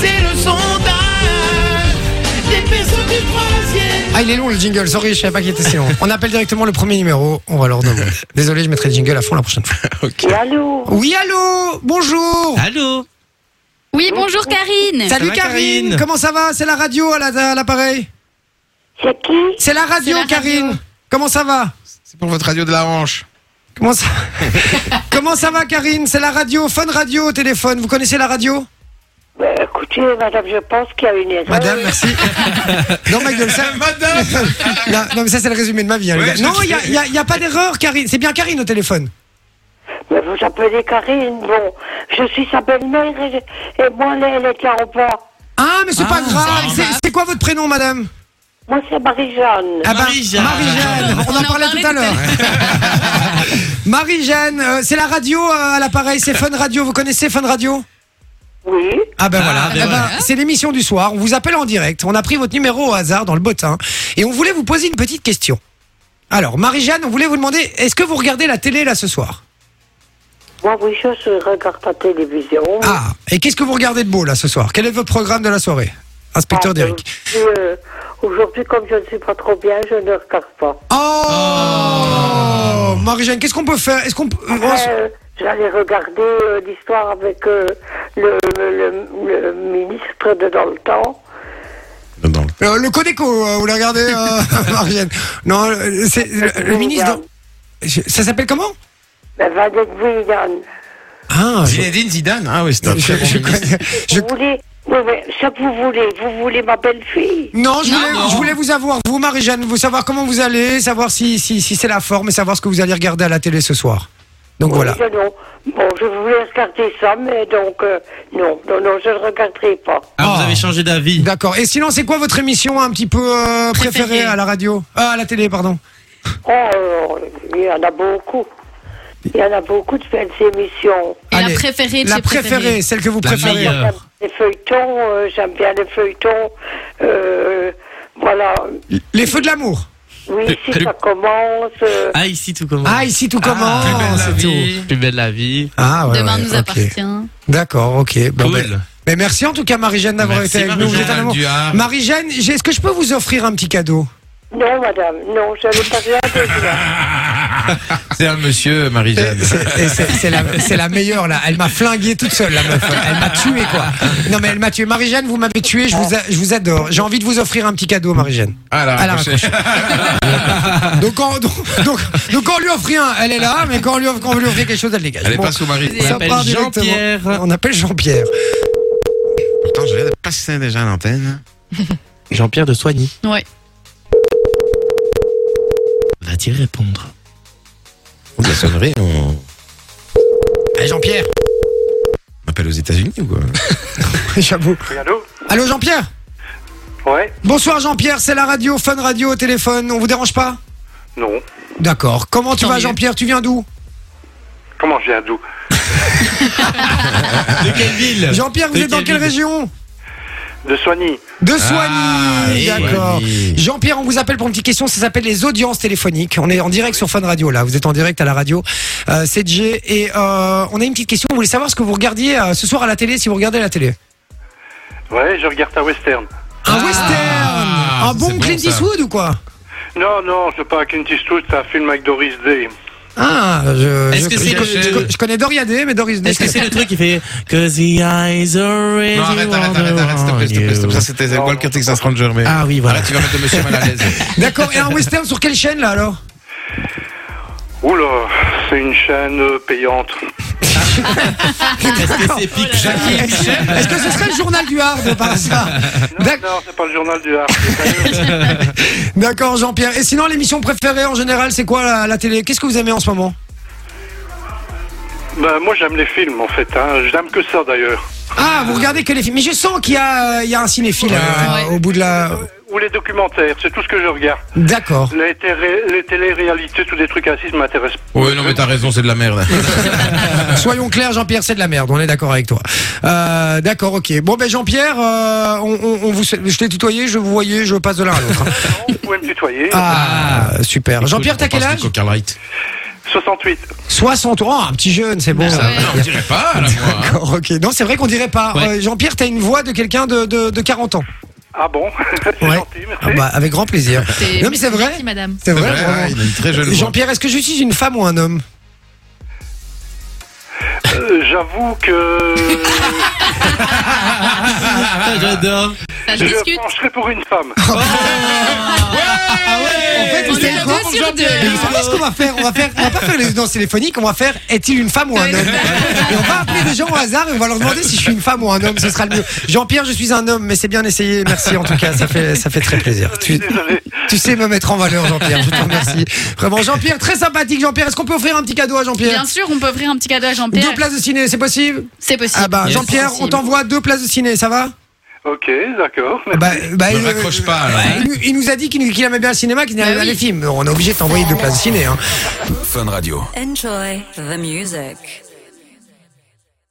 c'est le sondage des personnes du troisième. Ah, il est long le jingle, sorry, je savais pas qu'il était si long. On appelle directement le premier numéro, on va leur demander. Désolé, je mettrai le jingle à fond la prochaine fois. Et allô Oui, allô Bonjour Allô Oui, bonjour Karine. Salut va, Karine. Karine Comment ça va C'est la radio à la- à l'appareil C'est qui C'est la radio, C'est la Karine radio. Comment ça va C'est pour votre radio de la hanche. Comment ça... Comment ça va Karine C'est la radio, Fun Radio au téléphone. Vous connaissez la radio Bah, Écoutez, madame, je pense qu'il y a une erreur. Madame, merci. non, ma gueule, ça... Ah Madame Non, non, mais ça c'est le résumé de ma vie. hein, les Ouais, gars. je non, sais. il n'y a, y a- y a pas d'erreur Karine. C'est bien Karine au téléphone. Mais vous appelez Karine. Bon, je suis sa belle-mère et, et moi, elle, elle était en bas. Ah, mais c'est pas grave. C'est- C'est quoi votre prénom, madame Moi, c'est Marie-Jeanne. Ah ben, Marie-Jeanne. Marie-Jeanne. On en parlait tout à l'heure. Marie-Jeanne, euh, c'est la radio euh, à l'appareil. C'est Fun Radio. Vous connaissez Fun Radio Oui. Ah ben Ah, voilà, ben Eh ben, voilà. c'est l'émission du soir, on vous appelle en direct, on a pris votre numéro au hasard dans le bottin et on voulait vous poser une petite question. Alors Marie-Jeanne, on voulait vous demander, est-ce que vous regardez la télé là ce soir Moi, oui, je regarde la télévision. Ah, et qu'est-ce que vous regardez de beau là ce soir Quel est votre programme de la soirée Inspecteur Ah, Derrick. euh, Aujourd'hui, comme je ne suis pas trop bien, je ne regarde pas. Oh, Marie-Jeanne, qu'est-ce qu'on peut faire Est-ce qu'on peut... on Après, s- euh, J'allais regarder euh, l'histoire avec euh, le, le- le- le ministre de dans le temps. Euh, le Codeco, euh, vous la regardez, euh, Marie-Jeanne Non, euh, c'est le, le ministre... de- Je- Ça s'appelle comment Ben, Vanette Willian. Ah, je, Zinedine Zidane hein, Ah oui, c'est un je- très bon je ministre. connais- je- Vous voulez, oui, mais ça que vous voulez, vous voulez ma belle-fille Non, je Non, voulais, non. je voulais vous avoir, vous Marie-Jeanne, vous savoir comment vous allez, savoir si, si, si c'est la forme et savoir ce que vous allez regarder à la télé ce soir. Donc voilà. Oui, non. Bon, je voulais regarder ça, mais donc, euh, non, non, non, je ne regarderai pas. Ah, Oh. vous avez changé d'avis. D'accord. Et sinon, c'est quoi votre émission un petit peu euh, préférée, Préférée. à la radio Ah, À la télé, pardon. Oh, euh, il y en a beaucoup. Il y en a beaucoup de belles émissions. Et Allez, la préférée de La ses préférée, préférés. celle que vous La préférez. meilleure. Alors. Les feuilletons, euh, j'aime bien les feuilletons. euh, voilà, Les feux de l'amour. Euh, oui, si ça commence. euh, Ah, ici tout commence. Ah, ici tout commence. c'est tout. Plus belle la vie. Ah, ouais, Demain ouais, nous ok. appartient. D'accord, ok. Bon, Cool. ben- mais merci en tout cas, Marie-Jeanne, d'avoir Merci, été avec nous. Vous êtes un Marie-Jeanne amour. Duhard. Marie-Jeanne, j'ai- est-ce que je peux vous offrir un petit cadeau Non, madame, non, je n'ai pas regardé ça. C'est un monsieur, Marie-Jeanne. C'est- et C'est c'est la, c'est la meilleure là. Elle m'a flingué toute seule la meuf. Elle m'a tué quoi. Non mais elle m'a tué. Marie-Jeanne, vous m'avez tué. Je vous, a- je vous adore. J'ai envie de vous offrir un petit cadeau, Marie-Jeanne. Ah À la raccroche. donc, quand, donc, donc, donc, quand on lui offre un, elle est là, mais quand on lui offre, quand on veut lui offrir quelque chose, elle dégage. Bon, sous Marie. ça On part appelle directement. Jean-Pierre. On appelle Jean-Pierre. Pourtant, je viens de passer déjà à l'antenne. Jean-Pierre de Soigny. Ouais. Va-t-il répondre La sonnerie, on Eh, Jean-Pierre. appelle aux États-Unis ou quoi J'avoue. Allô Allô Jean-Pierre. Ouais Bonsoir Jean-Pierre. C'est la radio, Fun Radio au téléphone. On vous dérange pas Non. D'accord. Comment tu Tant vas mieux. Jean-Pierre Tu viens d'où Comment je viens d'où De quelle ville Jean-Pierre, vous De êtes dans quelle ville région De Soigny. De Ah, Soigny, et d'accord. Soigny. Jean-Pierre, on vous appelle pour une petite question. Ça s'appelle les audiences téléphoniques. On est en direct sur Fun Radio là. Vous êtes en direct à la radio. Euh, c'est Jay et euh, on a une petite question. On voulait savoir ce que vous regardiez euh, ce soir à la télé, si vous regardez la télé. Ouais, je regarde un western. Un Ah, western, un c'est bon bon, Clint ça. Eastwood ou quoi Non, non, je parle à Clint Eastwood, c'est un film avec Doris Day. Ah, je, Est-ce je, que je c'est con- le- je con- je connais Doria Day, mais Doris Day. Est-ce que c'est le truc qui fait Cause the eyes are really Non, arrête, arrête, arrête, arrête, s'il te plaît, s'il te plaît, s'il te plaît. Ça, c'était Non. Walker Texas Ranger, mais. Ah oui, voilà. Arrête, tu vas mettre le monsieur mal à l'aise. D'accord. Et un western sur quelle chaîne là alors Oula, c'est une chaîne euh, payante. Est-ce que c'est Pic Jackie et Michel Est-ce que ce serait le journal du Hard par ça Non, D'ac- non, c'est pas le journal du Hard. c'est pas eux. D'accord, Jean-Pierre. Et sinon, l'émission préférée en général, c'est quoi la, la télé Qu'est-ce que vous aimez en ce moment ben, moi, j'aime les films, en fait. Hein. J'aime que ça, d'ailleurs. Ah, vous regardez que les films. Mais je sens qu'il y a, euh, il y a un cinéphile euh, au bout de la. Ou les documentaires, c'est tout ce que je regarde. D'accord. Les, télé- les télé-réalités, tous des trucs ainsi, ça m'intéresse pas. Ouais, non, mais t'as raison, c'est de la merde. Soyons clairs, Jean-Pierre, c'est de la merde. On est d'accord avec toi. Euh, d'accord, ok. Bon, ben Jean-Pierre, euh, on, on- on vous, souhaite- je t'ai tutoyé, je vous voyais, je passe de l'un à l'autre. hein. Vous pouvez me tutoyer. Ah. Ah, super. Jean-Pierre, t'as quel âge Coca Light. 68. 60 ans, un petit jeune, c'est bon. ça va. Il y Non, a on dirait pas, à la fois. hein. D'accord, ok. Non, c'est vrai qu'on dirait pas. Ouais. Euh, Jean-Pierre, t'as une voix de quelqu'un de, de, de 40 ans. Ah bon C'est Ouais. gentil, merci. Ah bah, avec grand plaisir. Non, mais c'est vrai. Merci, madame. C'est C'est vrai. vrai, vraiment. hein, il a une très jeune voix. Jean-Pierre, est-ce que je suis une femme ou un homme Euh, J'avoue que Ah, j'adore. Ça se je discute. pencherai pour une femme. Euh, En fait, vous on est savez à quoi deux sur deux. Mais vous savez ce qu'on va faire On va faire, on va pas faire les audiences téléphoniques. On va faire est-il une femme ou un homme Et on va appeler des gens au hasard et on va leur demander si je suis une femme ou un homme. Ce sera le mieux. Jean-Pierre, je suis un homme, mais c'est bien essayé. Merci en tout cas, ça fait ça fait très plaisir. Tu, Désolé. tu sais me mettre en valeur, Jean-Pierre. Je te remercie. Vraiment, Jean-Pierre, très sympathique. Jean-Pierre, est-ce qu'on peut offrir un petit cadeau à Jean-Pierre Bien sûr, on peut offrir un petit cadeau à Jean-Pierre. Deux places de ciné, c'est possible C'est possible. Ah bah C'est Jean-Pierre, on possible. t'envoie deux places de ciné, ça va Ok, d'accord. merci. bah, bah, Ne il- raccroche pas, alors. il, nous- il nous a dit qu'il qu'il aimait bien le cinéma, qu'il aimait Bah bien oui. les films. On est obligé de t'envoyer deux places de ciné. Hein. Enjoy the music.